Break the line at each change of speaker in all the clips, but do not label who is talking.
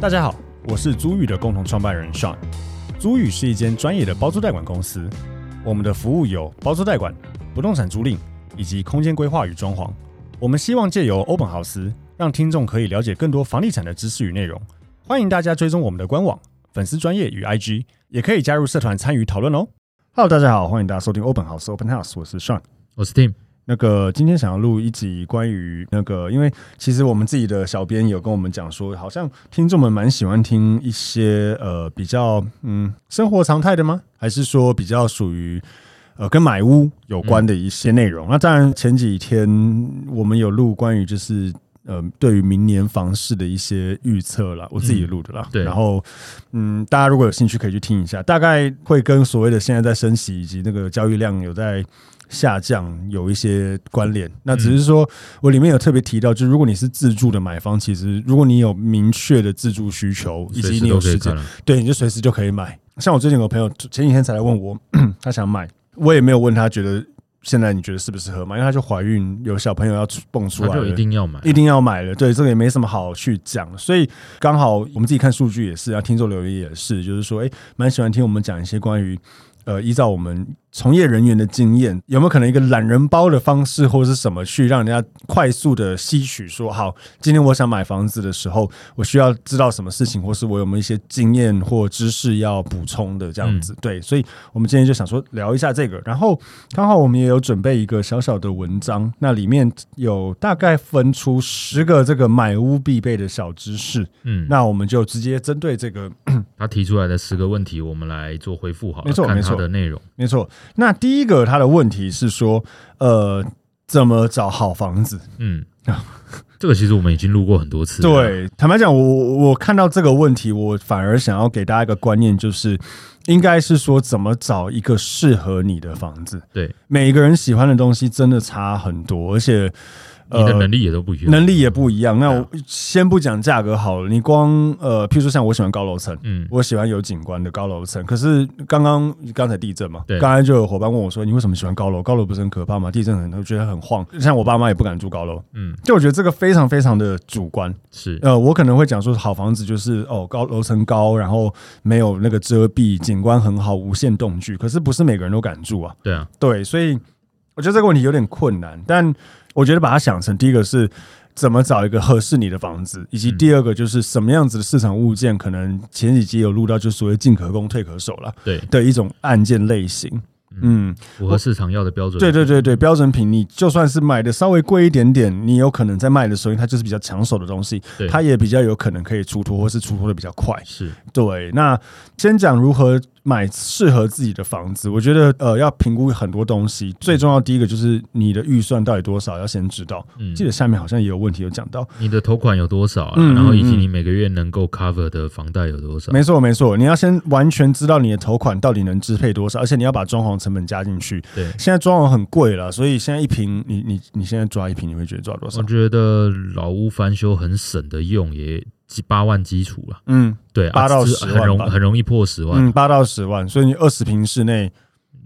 大家好，我是租宇的共同创办人 Sean。租宇是一间专业的包租代管公司，我们的服务有包租代管、不动产租赁以及空间规划与装潢。我们希望借由欧本豪斯，让听众可以了解更多房地产的知识与内容。欢迎大家追踪我们的官网、粉丝专业与 IG，也可以加入社团参与讨论哦。Hello，大家好，欢迎大家收听欧本豪斯 Open House，我是 Sean。
我是 Tim，
那个今天想要录一集关于那个，因为其实我们自己的小编有跟我们讲说，好像听众们蛮喜欢听一些呃比较嗯生活常态的吗？还是说比较属于呃跟买屋有关的一些内容？那当然前几天我们有录关于就是。呃，对于明年房市的一些预测啦，我自己录的啦。
对
然后，嗯，大家如果有兴趣可以去听一下，大概会跟所谓的现在在升息以及那个交易量有在下降有一些关联。
嗯
那只是说、我里面有特别提到，就是如果你是自住的买方，其实如果你有明确的自住需求，以
随
及
时
你有
都可以
时
看
间，
了。
对，你就随时就可以买。像我最近有个朋友前几天才来问我，他想买，我也没有问他觉得现在你觉得适不适合买，因为他就怀孕有小朋友要出蹦出
他
来
就一
了。
定要买，啊
一定要买了，对这个也没什么好去讲，所以刚好我们自己看数据也是，啊然后听众留言也是，就是说，哎，蛮喜欢听我们讲一些关于呃，依照我们从业人员的经验，有没有可能一个懒人包的方式或是什么去让人家快速的吸取说？好，今天我想买房子的时候，我需要知道什么事情，或是我有没有一些经验或知识要补充的这样子。对，所以我们今天就想说聊一下这个，然后刚好我们也有准备一个小小的文章，那里面有大概分出十个这个买屋必备的小知识，
嗯，
那我们就直接针对这个
他提出来的十个问题，我们来做回复好了，
没错
看
没错
他的内容。
没错。那第一个他的问题是说，呃，怎么找好房子？
嗯，这个其实我们已经录过很多次了，
对，坦白讲，我我我看到这个问题，我反而想要给大家一个观念，就是应该是说怎么找一个适合你的房子。
对，
每一个人喜欢的东西真的差很多，而且呃
你的能力也都不一样。
能力也不一样。那
对
我
啊
先不讲价格好了，你光呃，譬如说像我喜欢高楼层，
嗯，
我喜欢有景观的高楼层。可是刚刚刚才地震嘛，
对
刚才就有伙伴问我说：“你为什么喜欢高楼？高楼不是很可怕吗？地震很，我觉得很晃。”像我爸妈也不敢住高楼，
嗯，
就我觉得这个非常非常的主观。
是，
呃，我可能会讲说，好房子就是哦，高楼层高，然后没有那个遮蔽，景观很好，无限动距。可是不是每个人都敢住啊。
对啊，
对，所以我觉得这个问题有点困难，但我觉得把它想成第一个是怎么找一个合适你的房子，以及第二个就是什么样子的市场物件，可能前几集有录到，就所谓进可攻退可守了
对，
的一种案件类型。嗯，
符合市场要的标准。
对对对对，标准品，你就算是买的稍微贵一点点，你有可能在卖的时候，因为它就是比较抢手的东西
对，
它也比较有可能可以出脱，或是出脱的比较快。
是，
对，那先讲如何买适合自己的房子。我觉得呃，要评估很多东西，最重要第一个就是你的预算到底多少，要先知道。
嗯
记，得下面好像也有问题有讲到，
你的头款有多少
嗯
啊？
嗯
然后以及
嗯
你每个月能够 cover 的房贷有多少？
没错没错，你要先完全知道你的头款到底能支配多少，而且你要把装潢成本加进去。
对，
现在装潢很贵了，所以现在一平，你你你现在抓一平，你会觉得抓多少
我？觉得老屋翻修很省的用，也几八万基础了。
嗯
对，啊
八到
只是
10
很
万
容
吧
很容易破十万，
嗯，八到十万，所以你二十平室内，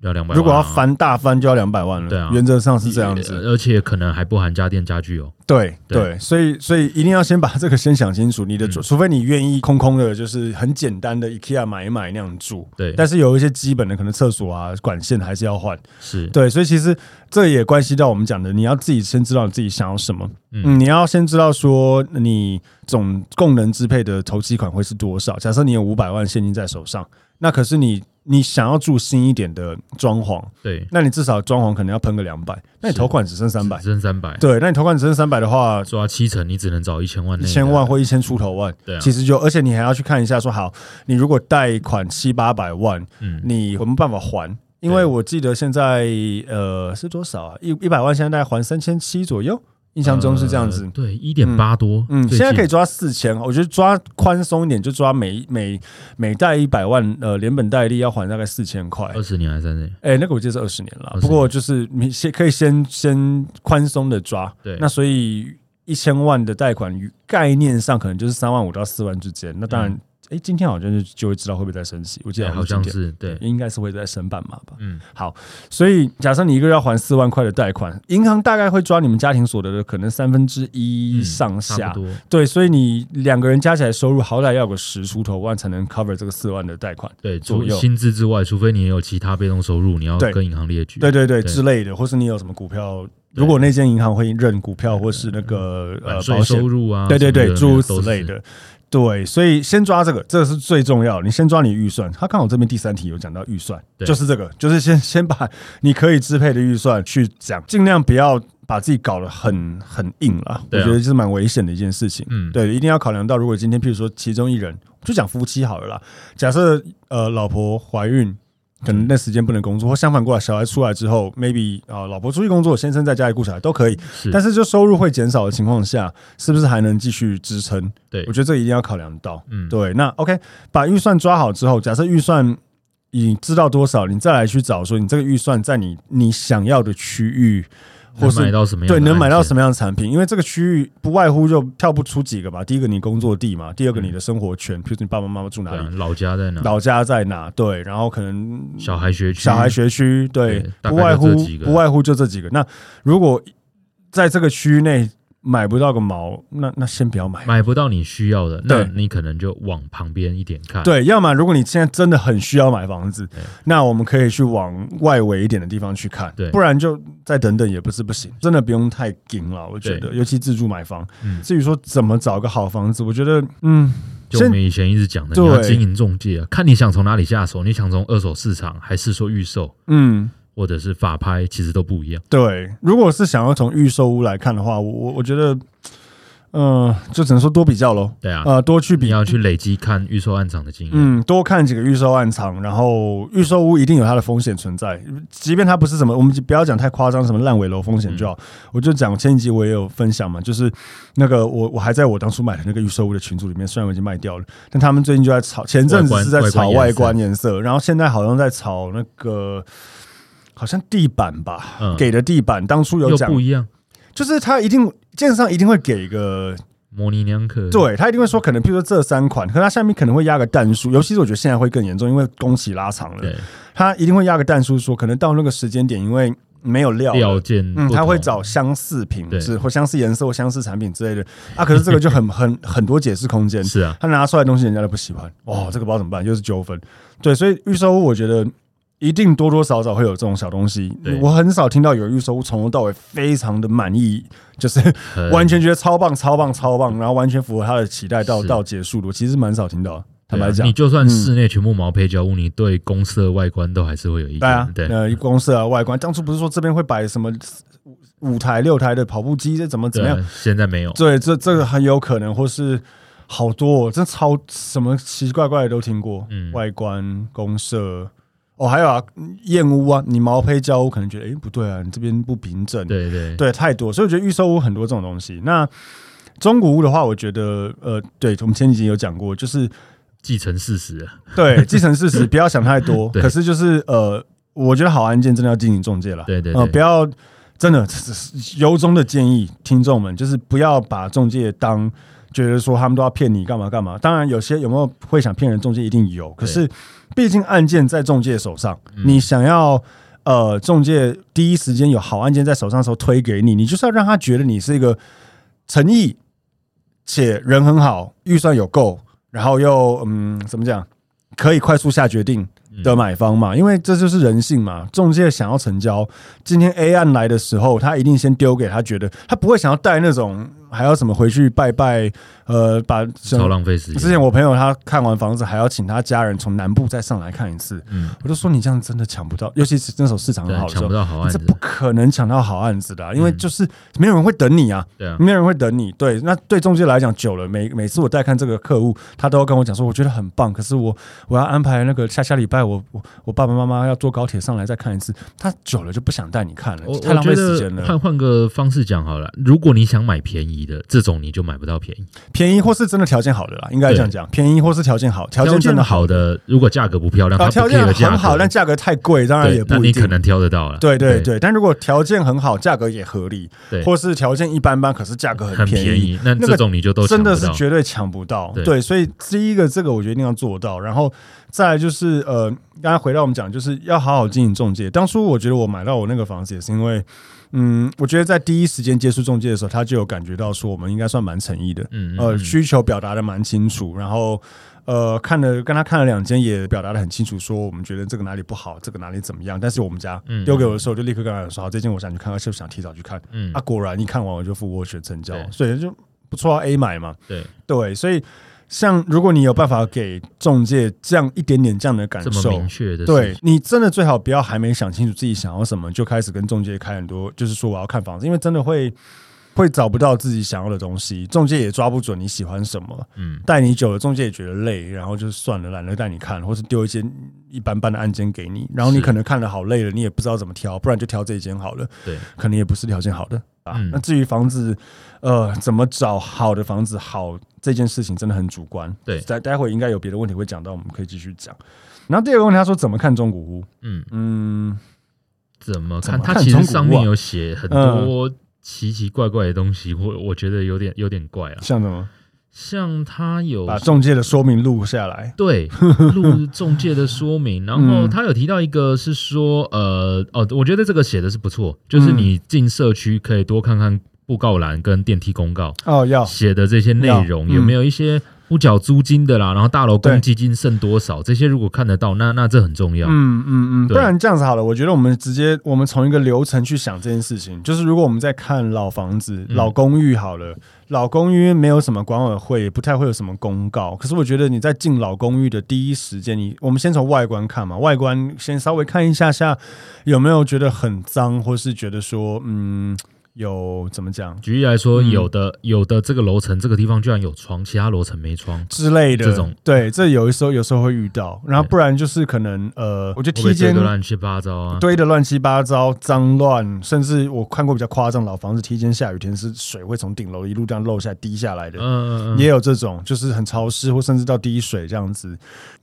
要两百。啊
如果要翻大翻就要两百万了。
对啊
原则上是这样子。
而且可能还不含家电家具哦。
对
对
对，所以所以一定要先 把这个先想清楚，你的、
嗯
除非你愿意空空的，就是很简单的 IKEA 买一买那样住，
对，
但是有一些基本的可能厕所啊管线还是要换。
是，
对，所以其实这也关系到我们讲的，你要自己先知道你自己想要什么，
嗯
嗯，你要先知道说你总共能支配的头期款会是多少。假设你有五百万现金在手上，那可是你你想要住新一点的装潢，
对，
那你至少装潢可能要喷个两百，那你
是
头款只剩三百
只。剩三百，
对，那你头款只剩三百的话，
抓七成，你只能找一千万内
一
的，
千万或一千出头万，
对啊
其实就而且你还要去看一下说，好，你如果贷款七八百万，
嗯，
你有没有办法还？因为我记得现在呃是多少啊？一一百万现在大概还三千七左右，印象中是这样子。
呃对，一点八多，
嗯，
最
现在可以
近
抓四千，我觉得抓宽松一点，就抓每每每贷一百万，呃，连本带利要还大概四千块。
二十年还是三十年，
哎、那个我记得是二十年了，
20
不过就是你先可以先先宽松的抓，
对
那所以一千万的贷款概念上可能就是三万五到四万之间，那当然哎，今天好像就就会知道会不会再升息。我记
嗯对，
得
好像
今天
是对，
应该是会再升半码吧。
嗯，
好，所以假设你一个月要还四万块的贷款，银行大概会抓你们家庭所得的可能三分之一
嗯
上
差
下。
不多，
对，所以你两个人加起来收入好歹要有个十出头万才能 cover 这个四万的贷款。
对，
左
除
右
薪资之外，除非你也有其他被动收入，你要
对
跟银行列举，
对对对，
对
之类的，或是你有什么股票，
对
如果那间银行会认股票或是那个
版
呃
税
保险
收，入啊，
对对对，
什
诸如
么的那个
此
都是
类的。对，所以先抓这个，这个是最重要的。你先抓你预算，他刚好这边第三题有讲到预算，
对
就是这个，就是先先把你可以支配的预算去讲，尽量不要把自己搞得很很硬啦。我
对啊
觉得这是蛮危险的一件事情。
嗯，
对，一定要考量到，如果今天譬如说其中一人，就讲夫妻好了啦，假设呃老婆怀孕。可能那时间不能工作，或相反过来，小孩出来之后，maybe 啊、老婆出去工作，先生在家里顾小孩都可以。
是，
但
是
是就收入会减少的情况下，是不是还能继续支撑？
对
我觉得这一定要考量到。
嗯，
对，那 OK，把预算抓好之后，假设预算你知道多少，你再来去找说你这个预算在你你想要的区域，或
能买
是
到什么样的
对
案件？
能买到什
么？
么样的产品，因为这个区域不外乎就跳不出几个吧。第一个你工作地嘛，第二个
嗯
你的生活圈，譬如说你爸爸妈妈住哪
对啊
里，，
老家在哪？
老家在哪，对，然后可能
小孩学区，
小孩学区，对
对，大
不
概
外
就
乎
这几个
不外乎就这几个。那如果在这个区域内买不到个毛，那那先不要买。
买不到你需要的，那
对
你可能就往旁边一点看。，
对，要么如果你现在真的很需要买房子
对，
那我们可以去往外围一点的地方去看，
对
不然就再等等也不是不行，真的不用太紧了，我觉得，
对
尤其自住买房。
嗯，
至于说怎么找个好房子，我觉得，嗯，
就我
先
们以前一直讲的，
对
你要经营中介啊，看你想从哪里下手，你想从二手市场，还是说预售，
嗯，
或者是法拍，其实都不一样。
对，如果是想要从预售屋来看的话，我我我觉得，嗯、就只能说多比较喽，
对啊，
呃，多去比
你要去累积看预售案场的经验。
嗯，多看几个预售暗场，然后预售屋一定有它的风险存在，即便它不是什么，我们不要讲太夸张，什么烂尾楼风险
嗯
就好。我就讲前几集我也有分享嘛，就是那个我我还在我当初买的那个预售屋的群组里面，虽然我已经卖掉了，但他们最近就在炒，前阵子是在炒
外观
外观颜色，然后现在好像在炒那个。好像地板吧，
嗯
给的地板当初有
又
讲，
不一样，
就是他一定建商一定会给一个
模棱两可。，
对他一定会说，可能譬如说这三款，可它下面可能会压个蛋数，尤其是我觉得现在会更严重，因为工期拉长了，
对，
他一定会压个蛋数，说可能到那个时间点，因为没有料了
料件不
嗯，
同，
他会找相似品
对
质或相似颜色或相似产品之类的啊，可是这个就 很很很多解释空间，
是啊，
他拿出来的东西人家都不喜欢，哇，这个不知道怎么办，又是纠纷，对，所以预售屋我觉得。一定多多少少会有这种小东西
对，
我很少听到有预售屋从头到尾非常的满意，就是
很
完全觉得超棒、超棒、超棒，然后完全符合他的期待到
是
到结束的，我其实蛮少听到的。坦
对啊
白讲
你，就算室内全部毛坯交屋，你对公司的外观都还是会有意
对啊
见。，对，
呃，公司啊，外观，当初不是说这边会摆什么五五台、六台的跑步机，这怎么怎么样？
对？现在没有。
对，这这个很有可能，或是好多、哦，真的超什么奇奇怪怪的都听过。
嗯
外观、公社，哦，还有啊，燕屋啊，你毛坯交屋可能觉得，哎，不对啊，你这边不平整，
对对，
对，太多，所以我觉得预售屋很多这种东西。那中古屋的话，我觉得呃，对我们前几集有讲过，就是
继承事实啊，
对既成事实，不要想太多。
对
可是就是呃，我觉得好案件真的要经营中介了，
对对
呃，
对
不要真的这是由衷的建议听众们，就是不要把中介当。觉得说他们都要骗你干嘛干嘛？当然，有些有没有会想骗人中介一定有，可是毕竟案件在中介手上，
嗯
你想要呃中介第一时间有好案件在手上的时候推给你，你就是要让他觉得你是一个诚意且人很好，预算有够，然后又嗯怎么讲，可以快速下决定
嗯
的买方嘛，因为这就是人性嘛。中介想要成交，今天 A 案来的时候，他一定先丢给他觉得他不会想要带那种还要什么回去拜拜，呃，把
超浪费时间。
之前我朋友他看完房子，还要请他家人从南部再上来看一次。
嗯，
我就说你这样真的抢不到，尤其是那时候市场很
对
好，的时
抢
候
不，到好
你
案
这
子，啊
不可能抢到好案子的啊、因为
嗯
就是没有人会等你啊，
对啊，
没有人会等你。对，那对中介来讲，久了，每每次我带看这个客户，他都要跟我讲说，我觉得很棒，可是我我要安排那个下下礼拜我，我我爸爸妈妈要坐高铁上来再看一次，他久了就不想带你看
我
了，太
我
浪
觉
费时间
得
了。
换换个方式讲好了，如果你想买便宜，宜的，这种你就买不到便宜。
便宜或是真的条件好的啦，应该这样讲，便宜或是条件好，条
嗯条
件真
件
的
好的，如果价格不漂亮，
啊，
它
条
不 care
件
价
很
格，
好，但价格太贵，当然
对
也，不
那
一
你
定
可。能挑得到了。
对对
对
对，但如果条件很好，价格也合理，
对
或是条件一般般，可是价格
很
便
便宜，那
那
这
个
种你就都
真的
抢不
是
到
绝对抢不到。
对
对，所以第一个这个我觉得一定要做到，然后再来就是呃，刚才回到我们讲，就是要好好经营中介。当初我觉得我买到我那个房子也是因为，嗯，我觉得在第一时间接触中介的时候，他就有感觉到说我们应该算蛮诚意的，
嗯嗯
呃，
嗯
需求表达的蛮清楚，然后。呃，看了跟他看了两间，也表达的很清楚，说我们觉得这个哪里不好，这个哪里怎么样。但是我们家
嗯
丢给我的时候，就立刻跟他讲说，好，这间我想去看，啊而且我想提早去看。
嗯
啊，果然一看完我就付斡旋成交，
对
所以就不错啊，A 买嘛。
对，
对，所以像如果你有办法给中介这样一点点这样的感
这么
受
明，确的事
对
情，
你真的最好不要还没想清楚自己想要什么就开始跟中介开很多，就是说我要看房子，因为真的会会找不到自己想要的东西，中介也抓不准你喜欢什么。
嗯，
带你久了，中介也觉得累，然后就算了，懒得带你看，或是丢一些一般般的案件给你，然后你
是
可能看了好累了，你也不知道怎么挑，不然就挑这一间好了。
对，
可能也不是条件好的啊。
嗯
那至于房子，呃，怎么找好的房子好这件事情真的很主观。
对
待待会应该有别的问题会讲到，我们可以继续讲。然后第二个问题，他说怎么看中古屋？
嗯，
嗯，
怎么
怎
看？
么
它
看
其
中
实
古嗯
上
屋
面
啊
有写很多奇奇怪怪的东西，我我觉得有点有点怪了。啊
像什么？
像它有
把中介的说明录下来。
对录中介的说明，然后
嗯
他有提到一个是说，呃，哦，我觉得这个写的是不错，就是
嗯
你进社区可以多看看布告栏跟电梯公告
哦，要
写的这些内容，
要嗯
有没有一些不缴租金的啦，然后大楼公
对
积金剩多少，这些如果看得到，那那这很重要。
嗯嗯嗯，不
对
然这样子好了，我觉得我们直接我们从一个流程去想这件事情，就是如果我们在看老房子、
嗯
老公寓好了，老公寓没有什么管委会，也不太会有什么公告，可是我觉得你在进老公寓的第一时间，你我们先从外观看嘛，外观先稍微看一下下有没有觉得很脏，或是觉得说嗯有怎么讲
举例来说，
嗯
有的有的这个楼层这个地方居然有窗，其他楼层没窗，
之类的
这种，
对，这有的时候有时候会遇到，然后
对
不然就是可能呃，我觉得
会不会
梯间
堆得乱七八糟啊。
堆的乱七八糟、脏乱，甚至我看过比较夸张，老房子梯间下雨天是水会从顶楼一路这样漏下来滴下来的。
嗯，嗯嗯，
也有这种，就是很潮湿，或甚至到滴水这样子。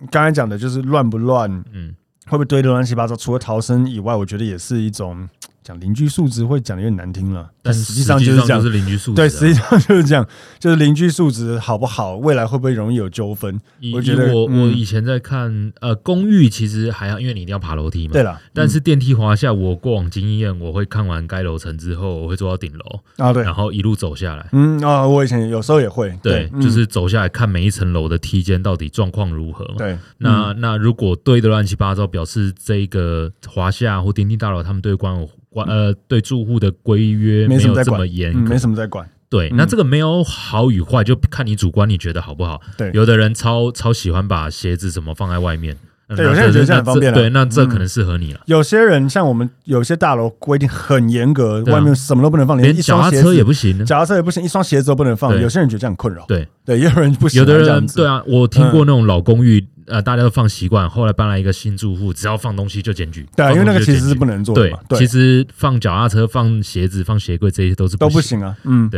刚才讲的就是乱不乱，
嗯，
会不会堆的乱七八糟？除了逃生以外，我觉得也是一种讲邻居素质，会讲的有点难听了。
但
实际上就是这样，
是邻居素质啊。
对，实际上就是这样， 就是邻居素质好不好，未来会不会容易有纠纷？
以
我觉得
以我、
嗯
我以前在看呃公寓，其实还好，因为你一定要爬楼梯嘛。
对。嗯了，
但是电梯滑下，我过往经验，我会看完该楼层之后，我会坐到顶楼，
嗯啊，对，
然后一路走下来。
嗯啊，我以前有时候也会，
对，
嗯
就是走下来看每一层楼的梯间到底状况如何嘛。
嗯对，
那、那如果堆的乱七八糟，表示这一个华夏或电梯大楼他们对管管呃对住户的规约
没什么
有
在
这
管
么严
嗯，
格。
没什么在管。
对，
嗯
那这个没有好与坏，就看你主观你觉得好不好。
对
有的人超超喜欢把鞋子什么放在外面，
对
那
有些人觉得
那
这样很方便啊
对，那这
嗯
可能适合你了。
有些人像我们有些大楼规定很严格，
对啊
外面什么都不能放，
连
一
脚
双
踏
鞋
车
子
也不行。
脚踏车也不行，一双鞋子都不能放。
对
有些人觉得这样很困扰，
对，
对，也有人不喜
有
欢
的
这样
人
子，嗯
对啊，我听过那种老公寓，呃，大家都放习惯，后来搬来一个新住户，只要放东西就检举。
对啊，
放
因为那
东
个其
西就
实是
检举
不能做的
对
嘛，，对，
其实放脚踏车、放鞋子、放鞋柜这些都是
都不
不行。
行啊，嗯。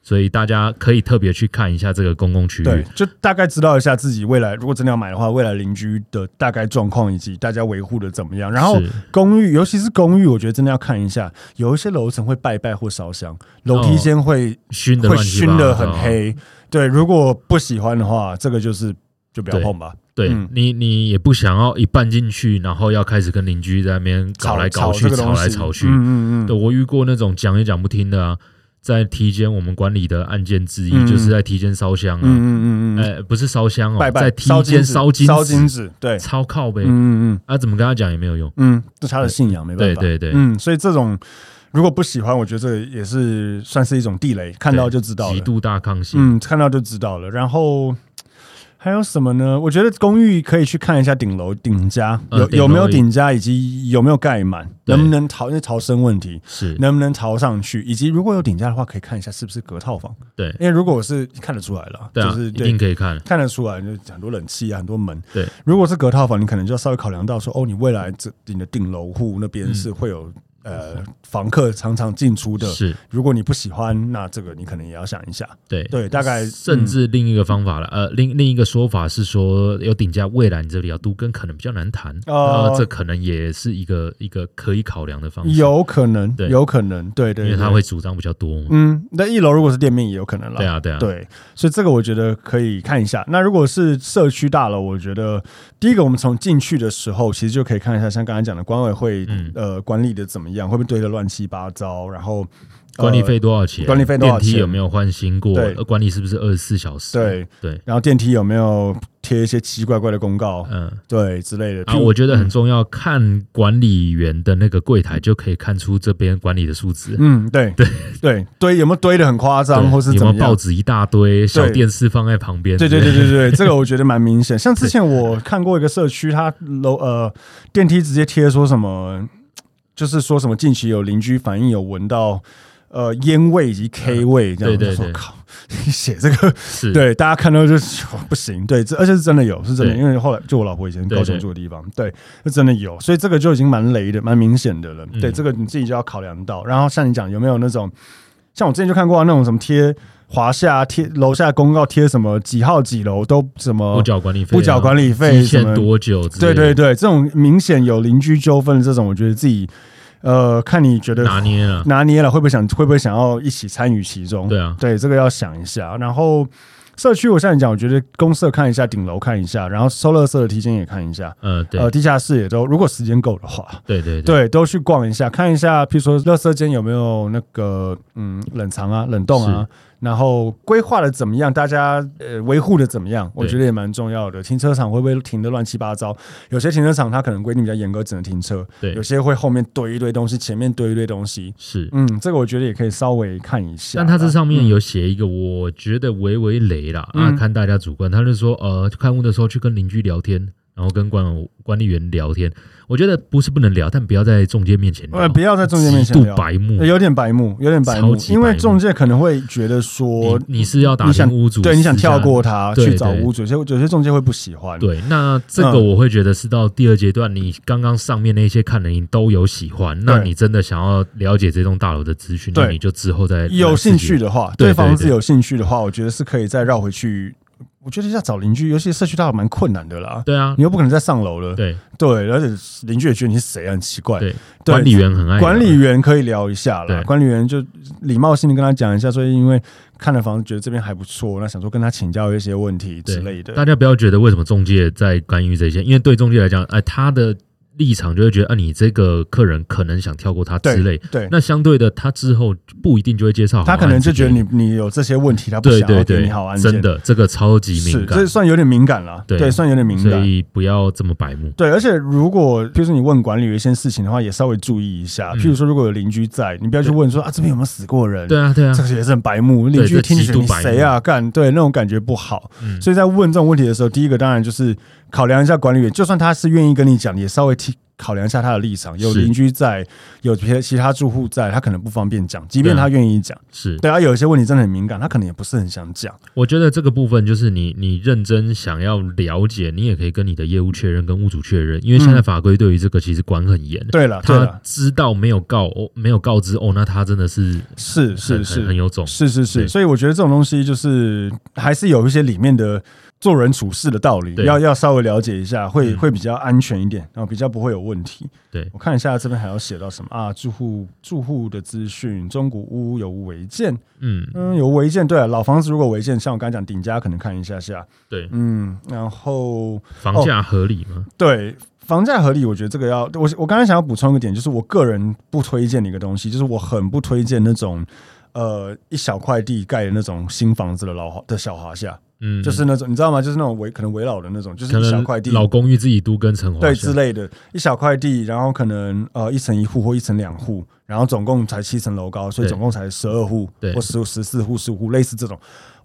所以大家可以特别去看一下这个公共区
对
域。，
就大概知道一下自己未来，如果真的要买的话，未来邻居的大概状况以及大家维护的怎么样。然后
是
公寓，尤其是公寓，我觉得真的要看一下，有一些楼层会拜拜或烧香，楼
哦
梯间会
熏的
会
乱七
熏
八
的
糟，啊
很黑。对，如果不喜欢的话，这个就是就不要
对
碰吧。
对、
嗯
你，你也不想要一半进去，然后要开始跟邻居在那边搞来搞去、
这个
吵
东西
来吵去。
嗯嗯
对
嗯，
我遇过那种讲也讲不听的啊，在梯间我们管理的案件之一、
嗯
就是在梯间烧香啊，
嗯嗯嗯嗯，
呃，不是烧香哦，
拜拜，
在梯间烧
金
金
烧金纸，对，
超靠背、
嗯嗯
啊，怎么跟他讲也没有用。
嗯嗯，这是他的信仰，没办
对
法，
对对，
嗯，所以这种如果不喜欢，我觉得这也是算是一种地雷，看到就知道
极
了，
度大抗性。
嗯，看到就知道了，然后。还有什么呢？我觉得公寓可以去看一下顶楼顶加
呃
有
顶楼
有没有顶加，以及有没有盖满，
对
能不能逃，因为逃生问题，
是
能不能逃上去，以及如果有顶加的话，可以看一下是不是隔套房。
对
因为如果我是看得出来了，
对啊，
就是
一定可以看。
看得出来，就很多冷气啊，很多门。
对，
如果是隔套房，你可能就要稍微考量到说，哦，你未来这你的顶楼户那边
嗯
是会有呃房客常常进出的。
是
如果你不喜欢，那这个你可能也要想一下。
对
对，大概嗯
甚至另一个方法了，呃，另另一个说法是说，有顶价未来你这里要都跟可能比较难谈，
哦
呃，这可能也是一个一个可以考量的方式，，
有可能，
对
有可能，对对
因为他
对
会主张比较多嘛，
嗯，那一楼如果是店面也有可能啦。
对啊，对啊，
对，呃所以这个我觉得可以看一下。那如果是社区大楼，我觉得第一个我们从进去的时候，其实就可以看一下，像刚才讲的管委会，
嗯
呃，管理的怎么样，会不会堆的乱七八糟，然后、呃
管理费多少钱？
管理费多少
电梯
钱
有没有换新过？
对
呃管理是不是二十四小时？
呃对
对，
然后电梯有没有贴一些奇奇怪怪的公告，
嗯。
哦对之类的。譬
啊，
如
我觉得很重要，看管理员的那个柜台就可以看出这边管理的素质。
嗯，对对对堆有没有堆的很夸张，
对
或是
有
怎
没有
么
报
样？
纸一大堆，小电视放在旁边。
对对对对对，这个我觉得蛮明显。像之前我看过一个社区，它楼呃电梯直接贴说什么，就是说什么近期有邻居反映有闻到呃烟味以及 K 味这样，
嗯对对
我就说
对
靠， 你写这个
是，
对大家看到就是、哦不行，对，这而且是真的有，是真的，
对
因为后来就我老婆以前
对
高雄
对
住的地方，对，是真的有，所以这个就已经蛮雷的，蛮明显的了。
嗯
对，这个你自己就要考量到。然后像你讲有没有那种，像我之前就看过啊那种什么贴华夏贴楼下公告贴什么几号几楼都什
不
么
缴管理
哦
费啊，
不缴管理费什
期限
么，
多久之类
对
的？
对对，这种明显有邻居纠纷的这种，我觉得自己呃看你觉得
拿捏啊了。
拿捏了，会不会想会不会想要一起参与其中？
对啊
对，这个要想一下。然后社区，我像你讲，我觉得公社看一下，顶楼看一下，然后收垃圾的梯间也看一下，
呃，对
呃，地下室也都，如果时间够的话，
对对对，
对，都去逛一下，看一下，譬如说垃圾间有没有那个嗯冷藏啊、冷冻啊。然后规划的怎么样？大家呃维护的怎么样？我
对
觉得也蛮重要的。停车场会不会停的乱七八糟？有些停车场它可能规定比较严格，只能停车；
对
有些会后面堆一堆东西，前面堆一堆东西。
是。
嗯，这个我觉得也可以稍微看一下啦。
但他这上面有写一个，我觉得微微雷啦，
嗯
啊，看大家主观。他就说，呃，看屋的时候去跟邻居聊天，然后跟管管理员聊天。我觉得不是不能聊，但不要在中介面前聊，
呃，不要在中介面前
极
聊
度白目
呃。有点白目，有点白目
超，级
因为
白目
中介可能会觉得说，
你你是要打
你想
听屋主，
对，你想
私下
跳过他
对
去找
对
屋主，有些有些中介会不喜欢。
对，那这个我会觉得是到第二阶段，你刚刚上面那些看了，你都有喜欢，那你真的想要了解这栋大楼的资讯，
对
那你就之后再
有兴趣
的，
的话，
对
对
对
房子
对
有兴趣的话，我觉得是可以再绕回去。我觉得要找邻居，尤其社区大楼蛮困难的啦，
对啊
你，又不可能再上楼了。
对
对，而且邻居也觉得你是谁啊，很奇怪。
对，
对
管理员很爱
管理
聊
员可以聊一下啦，
哎对
管理员就礼貌性的跟他讲一下，所以因为看了房子觉得这边还不错，那想说跟他请教一些问题
对
之类的。
啊大家不要觉得为什么中介在干预这些，因为对中介来讲，哎，他的立场就会觉得，啊，你这个客人可能想跳过他
对
之类，
对，
那相对的，他之后不一定就会介绍好案子
他
给，
可能就觉得你你有这些问题，他不
对
想要
对
给
对
你好，案件，
真的这个超级
是
敏
这
感，
算有点敏感了，
对
对，算有点敏
所
感。
以不要这么白目。
对，而且如果比如说你问管理有一些事情的话，也稍微注意一下。
嗯
譬如说，如果有邻居在，你不要去问说啊这边有没有死过人，
对啊，对啊
这，个也是很白目。
对
邻居
这
听起
极
来
度
你
白
谁啊干？对，那种感觉不好。
嗯，
所以在问这种问题的时候，第一个当然就是考量一下管理员，就算他是愿意跟你讲，也稍微提考量一下他的立场。有
是
邻居在，有别其他住户在，他可能不方便讲，即
对
便
啊
他愿意讲。
是，
对啊，有一些问题真的很敏感，他可能也不是很想讲。
我觉得这个部分就是你你认真想要了解，你也可以跟你的业务确认，跟屋主确认，因为现在法规对于这个其实管很严。
对了，对
他
了，
知道没有告哦，没有告知哦，那他真的是
是
很
是
很很
是
有种，
是是是，
对
所以我觉得这种东西就是还是有一些里面的做人处事的道理，
对
要要稍微了解一下，会
嗯
会比较安全一点，然后比较不会有问题。
对
我看一下这边还要写到什么啊？住户住户的资讯，中古屋有无违建，
嗯，
嗯，有违建。对、啊，老房子如果违建，像我刚才讲顶家，可能看一下下，
对，
嗯，哦然后
房价合理吗？
对房价合理，我觉得这个要我我刚才想要补充一个点，就是我个人不推荐的一个东西，就是我很不推荐那种。呃，一小块地盖的那种新房子的老华的小华夏，
嗯，
就是那种你知道吗？就是那种围可能围老的那种，就是
可
一小
能
块地，
老公寓自己都跟陈华
对
夏
之类的，一小块地，然后可能呃一层一户或一层两户，然后总共才七层楼高，所以
对
总共才十二户
对
或十十四户、十五户，类似这种，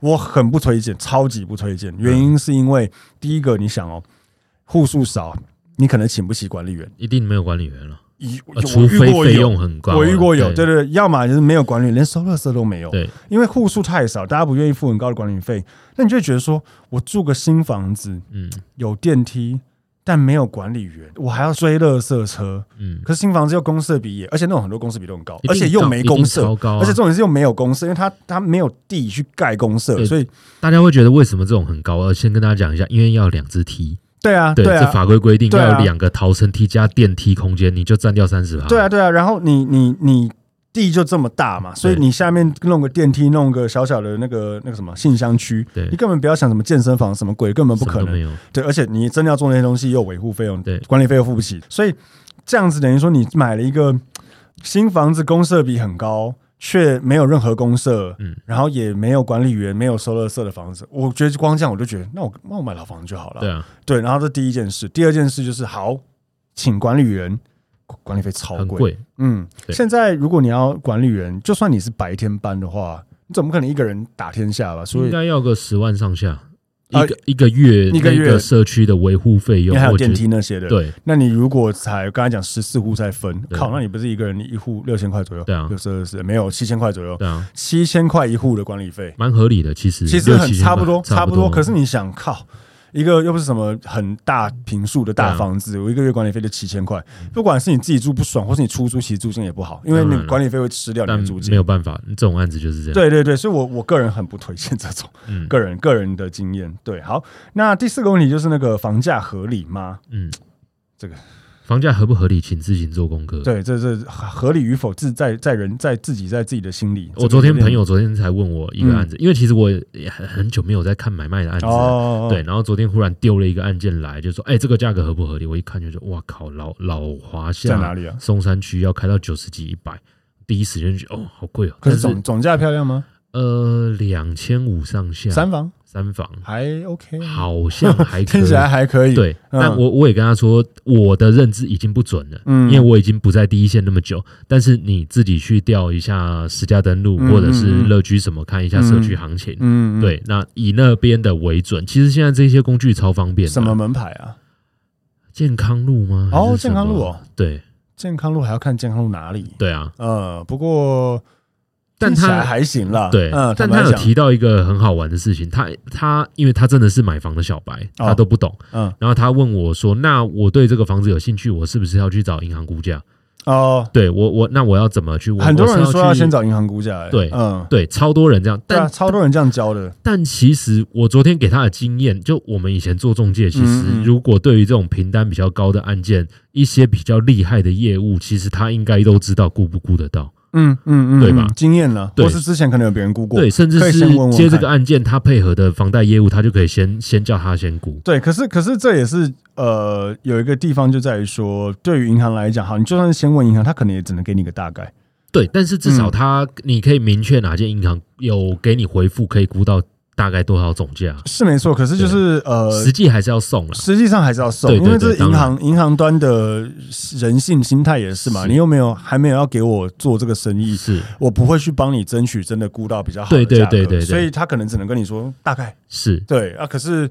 我很不推荐，超级不推荐。原因是因为第一个，你想哦，户数少，你可能请不起管理员，
一定没有管理员了，
以我
呃除
遇
非
过
费
有
用很高啊。
我遇过有，对
对
对，对要么就是没有管理，连收垃圾都没有，
对
因为户数太少，大家不愿意付很高的管理费，那你就会觉得说我住个新房子，
嗯，
有电梯，但没有管理员，我还要追垃圾车。
嗯，
可是新房子又公设比也，而且那种很多公设比都很高
一，定
而且又
高
没
一定
公设
超，高啊
而且重点是又没有公设，因为它它没有地去盖公设，
对
所以
大家会觉得为什么这种很高？呃，先跟大家讲一下，因为要有两只梯，
对啊，
对，
对
这
啊，
法规规定
对啊
要有两个逃生梯加电梯空间，你就占掉三十趴。
对啊，，对啊。然后你你你地就这么大嘛，所以你下面弄个电梯，弄个小小的那个那个什么信箱区，
对
你根本不要想什么健身房什么鬼，根本不可
什么都
能啊
没。有。
对，而且你真的要做那些东西，又有维护费用，
对
管理费又付不起，所以这样子等于说你买了一个新房子，公设比很高。却没有任何公社，
嗯
然后也没有管理员，没有收垃圾的房子，我觉得光这样我就觉得，那我那我买老房子就好了。
对啊，
对，然后这第一件事，第二件事就是好，请管理员，管理费超
很贵，
嗯，
对
现在如果你要管理员，就算你是白天班的话，你总不可能一个人打天下吧？所
应
以
该要个十万上下，一
呃
个一个月
一个月
那社区的维护费
因
用
为还，有
我觉
电
得
梯那些的。，
对
那你如果才刚才讲十四户才分，
对
靠，那你不是一个人你一户六千块左右？
对啊
六十二十没有七千块左右，
对啊，
七千块一户的管理费，
蛮合理的。其实
其实
六
很
七千
差不
块
多，差
差
不多。可是你想靠。一个又不是什么很大平数的大
对啊嗯
房子，我一个月管理费就七千块。不管是你自己住不爽，或是你出租，其实租金也不好，因为
当
那
然
个
了
管理费会吃掉你
但
的租金
没。有办法，这种案子就是这样。
对对对，所以我我个人很不推荐这种，
嗯
个人个人的经验。对，好，那第四个问题就是那个房价合理吗？
嗯，
这个
房价合不合理，请自行做功课。，
对，这这合理与否，自在在人在自己在自己的心里。
我
这
昨天
个有
朋
点
友昨天才问我一个案子，因为其实我也很很久没有在看买卖的案子了。
嗯哦，
对，然后昨天忽然丢了一个案件来，就说：“哎、这个价格合不合理？”我一看就说：“哇靠，老老华夏
在哪里啊
松山区要开到九十几、一百，第一时间就觉得哦，好贵哦。
可是
但是
总总价漂亮吗？
呃，两千五上下
三房
三房
还 OK，
好像 还可
听
以
起。来还可以。，
对，
嗯
但我我也跟他说，我的认知已经不准了，
嗯
因为我已经不在第一线那么久。但是你自己去调一下实价登录
嗯
或者是
嗯嗯
乐居什么，看一下社区行情。
嗯，嗯，
对，那以那边的为准。其实现在这些工具超方便的，
什么门牌啊？
健康路吗？
哦
还是什
健
么
康路哦，
对
健康路还要看健康路哪里。
对啊，
呃，不过
但
听起来
他
还行啦。
对
嗯，，坦
但
白
他有
讲
提到一个很好玩的事情，他他因为他真的是买房的小白，
哦
他都不懂，
嗯
然后他问我说：“那我对这个房子有兴趣，我是不是要去找银行估价？
哦，
对我我那我要怎么去？我
很多人
我是
说
要
要
去
先找银行估价。欸
对
嗯，
对，超多人这样，
对啊，
但
超多人这样教的。
但其实我昨天给他的经验，就我们以前做中介，其
嗯
实
嗯
如果对于这种平单比较高的案件，一些比较厉害的业务，其实他应该都知道估不估得到。
嗯嗯嗯，
对吧
嗯经验了，
对
或是之前可能有别人估过，
对，甚至
可以
是
先问问
接这个
看
案件，他配合的房贷业务，他就可以先先叫他先估。
对可是可是这也是呃有一个地方就在于说，对于银行来讲，好，你就算是先问银行，他可能也只能给你个大概。
对，但是至
嗯
少他你可以明确哪间银行有给你回复，可以估到大概多少总价，
是没错，可是就是呃，
实际还是要送了。
实际上还是要送，
对对
因为这
对
是银
当
行银行端的人性心态也是嘛，
是
你又没有还没有要给我做这个生意，
是
我不会去帮你争取真的估到比较好的
对对
价格
对对对
所以他可能只能跟你说大概
是，
对啊，可是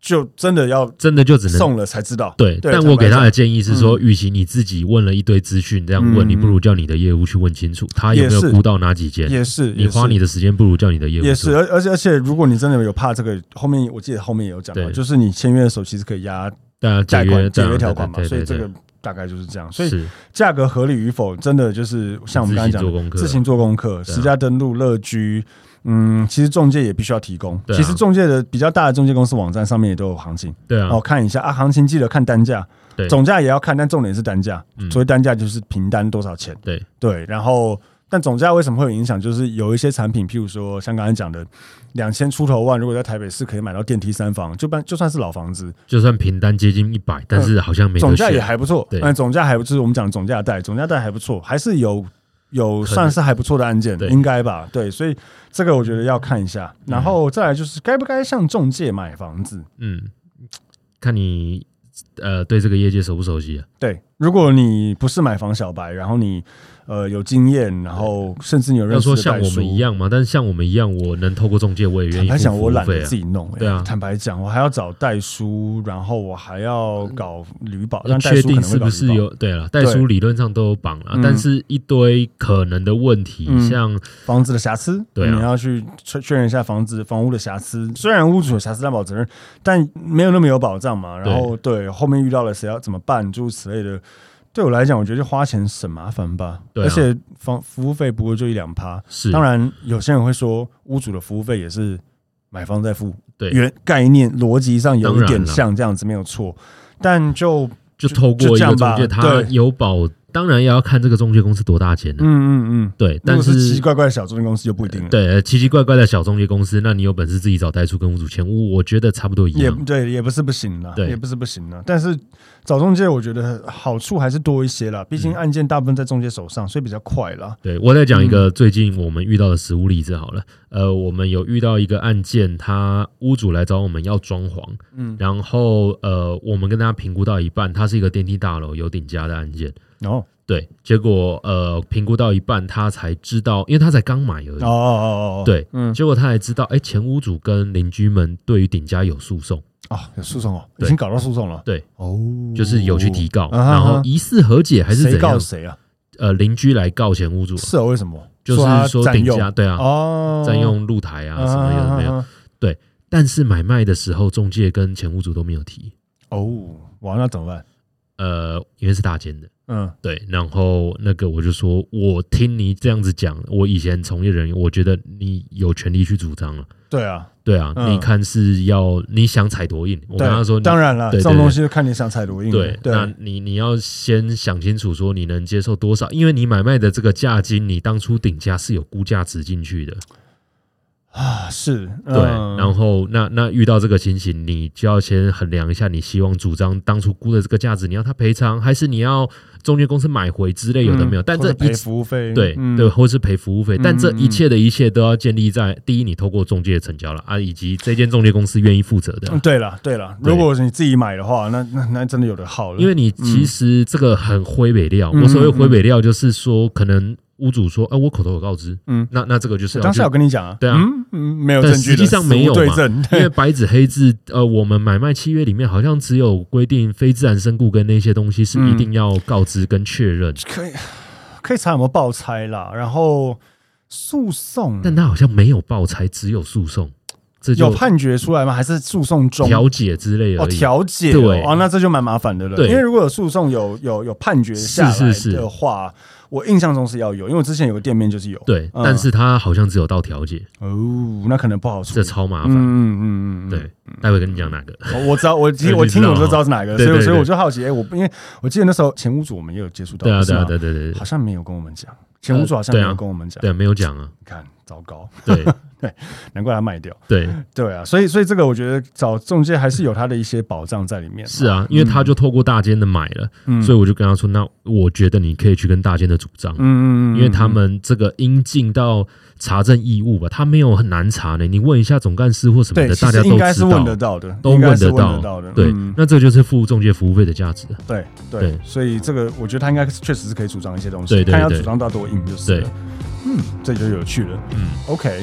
就真的要
真的就只能
送了才知道。
对。
对
但
坦白
我给他
讲
的建议是说，与其你自己问了一堆资讯这样问，
嗯
你不如叫你的业务去问清楚，他有没有
也是
估到哪几间。
也是，
你花
也是
你的时间，不如叫你的业务
也
做
是，而而且而且，如果你真的有怕这个，后面我记得后面也有讲到，
对
就是你签约的时候其实可以压
对啊，
贷
解约
款解
对啊
约条款嘛，
对
所以
对对
这
对
个大概就是这样。所
对
以
是
价格合理与否，真的就是像我们刚才
自行做
讲，
功课，
自行做功课，
对啊
实价登录、乐居。嗯，其实中介也必须要提供。
对啊
其实中介的比较大的中介公司网站上面也都有行情，
对
哦，
啊，
看一下啊，行情记得看单价
对，
总价也要看，但重点是单价。
嗯
所谓单价就是平单多少钱。
对
对，然后但总价为什么会有影响？就是有一些产品，譬如说像刚才讲的两千出头万，如果在台北市可以买到电梯三房，就办就算是老房子，
就算平单接近一百，但是好像没得
总价也
选
还不错。
对
嗯，总价还不就是我们讲的总价带，总价带还不错，还是有有
可能
算是还不错的案件
对，嗯
应该吧？对，所以这个我觉得要看一下，然后再来就是该不该向中介买房子？
嗯，看你呃对这个业界熟不熟悉啊？
对，如果你不是买房小白，然后你呃有经验，然后甚至你有认
要
识的
说像
代
我
书
们一，样嘛，但是像我们一样，我能透过中介，我也
坦
愿意付
白讲，
服
我
务
懒
费
得
啊
自。己弄、欸
对啊
坦白讲，我还要找代书，然后我还要搞旅保，
要
但代
确
书可
定
能会
是
搞旅
不是
保
有对了，代书理论上都有绑了
嗯，
但是一堆可能的问题，
嗯
像
房子的瑕疵，
对啊
你要去确确认一下房子房屋的瑕疵。虽然屋主有瑕疵担保责任，但没有那么有保障嘛。然后对后面遇到了谁要怎么办，诸如此类的。对我来讲，我觉得就花钱省麻烦吧。
对啊
而且房服务费不过就一两趴。
是
当然，有些人会说屋主的服务费也是买方在付，
对
原概念逻辑上有一
当
点
然了
像这样子没有错，但就
就透
就
过一
这样
个
吧
中介，他
对
有保，当然也要看这个中介公司多大钱
嗯
呢？
嗯嗯，
对，
如
但
果是奇奇怪怪的小中介公司就不一定了。
对呃奇奇怪怪的小中介公司，那你有本事自己找代书跟屋主签屋，我觉得差不多一
也
样。
对，也不是不行啦，
对
也不是不行啦。但是找中介，我觉得好处还是多一些啦，毕
嗯
竟案件大部分在中介手上，所以比较快啦。
对我再讲一
嗯
个最近我们遇到的实物例子好了，呃，我们有遇到一个案件，他屋主来找我们要装潢，
嗯，
然后呃，我们跟他评估到一半，它是一个电梯大楼有顶加的案件，
然后
对，结果呃，评估到一半，他才知道，因为他才刚买而已，
哦哦哦哦，
对
嗯，
结果他才知道，哎，前屋主跟邻居们对于顶加有诉讼，
哦，有诉讼哦，已
对
经搞到诉讼了。
对，
哦，
就是有去提告，
啊哈
然后疑似和解还是
谁
怎
告
样？
谁啊？
呃，邻居来告前屋主，
是哦，为什么？
就是说
他占
顶
用
加对啊，
哦，
占用露台啊什么有的没有，
啊？
但是买卖的时候，中介跟前屋主都没有提，
哦，哇，那怎么办？
呃，因为是大间的。
嗯，
对，然后那个我就说，我听你这样子讲，我以前从业人员，我觉得你有权利去主张了。
对啊，
对啊，
嗯
你看是要你想踩多硬，我
对
跟他说你，
当然了，
对
这
对
种东西就看你想踩多硬。
对，
对，
那你你要先想清楚，说你能接受多少，因为你买卖的这个价金，你当初顶价是有估价值进去的，
啊是，
对。
嗯
然后那那遇到这个情形，你就要先衡量一下，你希望主张当初估的这个价值，你要他赔偿，还是你要中介公司买回之类有的没有？
嗯
但
或
这
者
一
赔服务费，
对、
嗯
对，或是赔服务费，但这
嗯嗯
一切的一切都要建立在第一，你透过中介成交了啊，以及这间中介公司愿意负责的
嗯，。对了，对了，
对
如果是你自己买的话，那那那真的有的耗了，
因为你其实这个很灰北料，
嗯
我所谓灰北料就是说，可能屋主说，哎、我口头有告知，
嗯
嗯，那那这个就是要
当
去
时有跟你讲啊，
对啊
嗯嗯，没有证
但
据的，
实际上没有
死无对
嘛
证，
因为白纸黑字，呃，我们买卖契约里面好像只有规定非自然身故跟那些东西是一定要告知跟确认，
可以可以查有没有爆拆啦，然后诉讼，
但他好像没有报拆，只有诉讼，这
有
就
判决出来吗？还是诉讼中？
调解之类
哦，
而已。
调解
对
哦，那这就蛮麻烦的了。
对
因为如果有诉讼，有有有判决下来
是是是
的话，我印象中是要有，因为我之前有个店面就是有。
对，
嗯
但是他好像只有到调解，
哦，那可能不好处
这
理。
超麻
嗯
烦。
嗯嗯嗯，嗯
对，待会跟你讲哪个。
我我知道，我听我听我就知道是哪个，
对
所以
对
所以
对
我就好奇，哎，我不因为我记得那时候前屋主我们也有接触到，
对啊，
是
对
吗
啊，对对对对呃
好像没有跟我们讲，前屋主好像没有跟我们讲，
对，没有 讲啊。
你看糟糕，
对
难怪他卖掉，
对，
对啊，所以所以这个我觉得找中介还是有他的一些保障在里面，
是，啊，因为他就透过大间的买了，
嗯
所以我就跟他说，那我觉得你可以去跟大间的主张。
嗯嗯嗯，
因为他们这个应尽到查证义务吧，他没有很难查呢。你问一下总干事或什么
对，
的，
其
大
实
家
应
都
该是
知
问得
道，
到的，
都
应该
问
是
得
问得
到
到的，。
对
嗯，
那这就是付中介服务费的价值。
对对
对，
所以这个我觉得他应该是确实是可以主张一些东西，
对对
看要
对
主张到多硬就是了
对
嗯，这就有趣了。
嗯，
OK，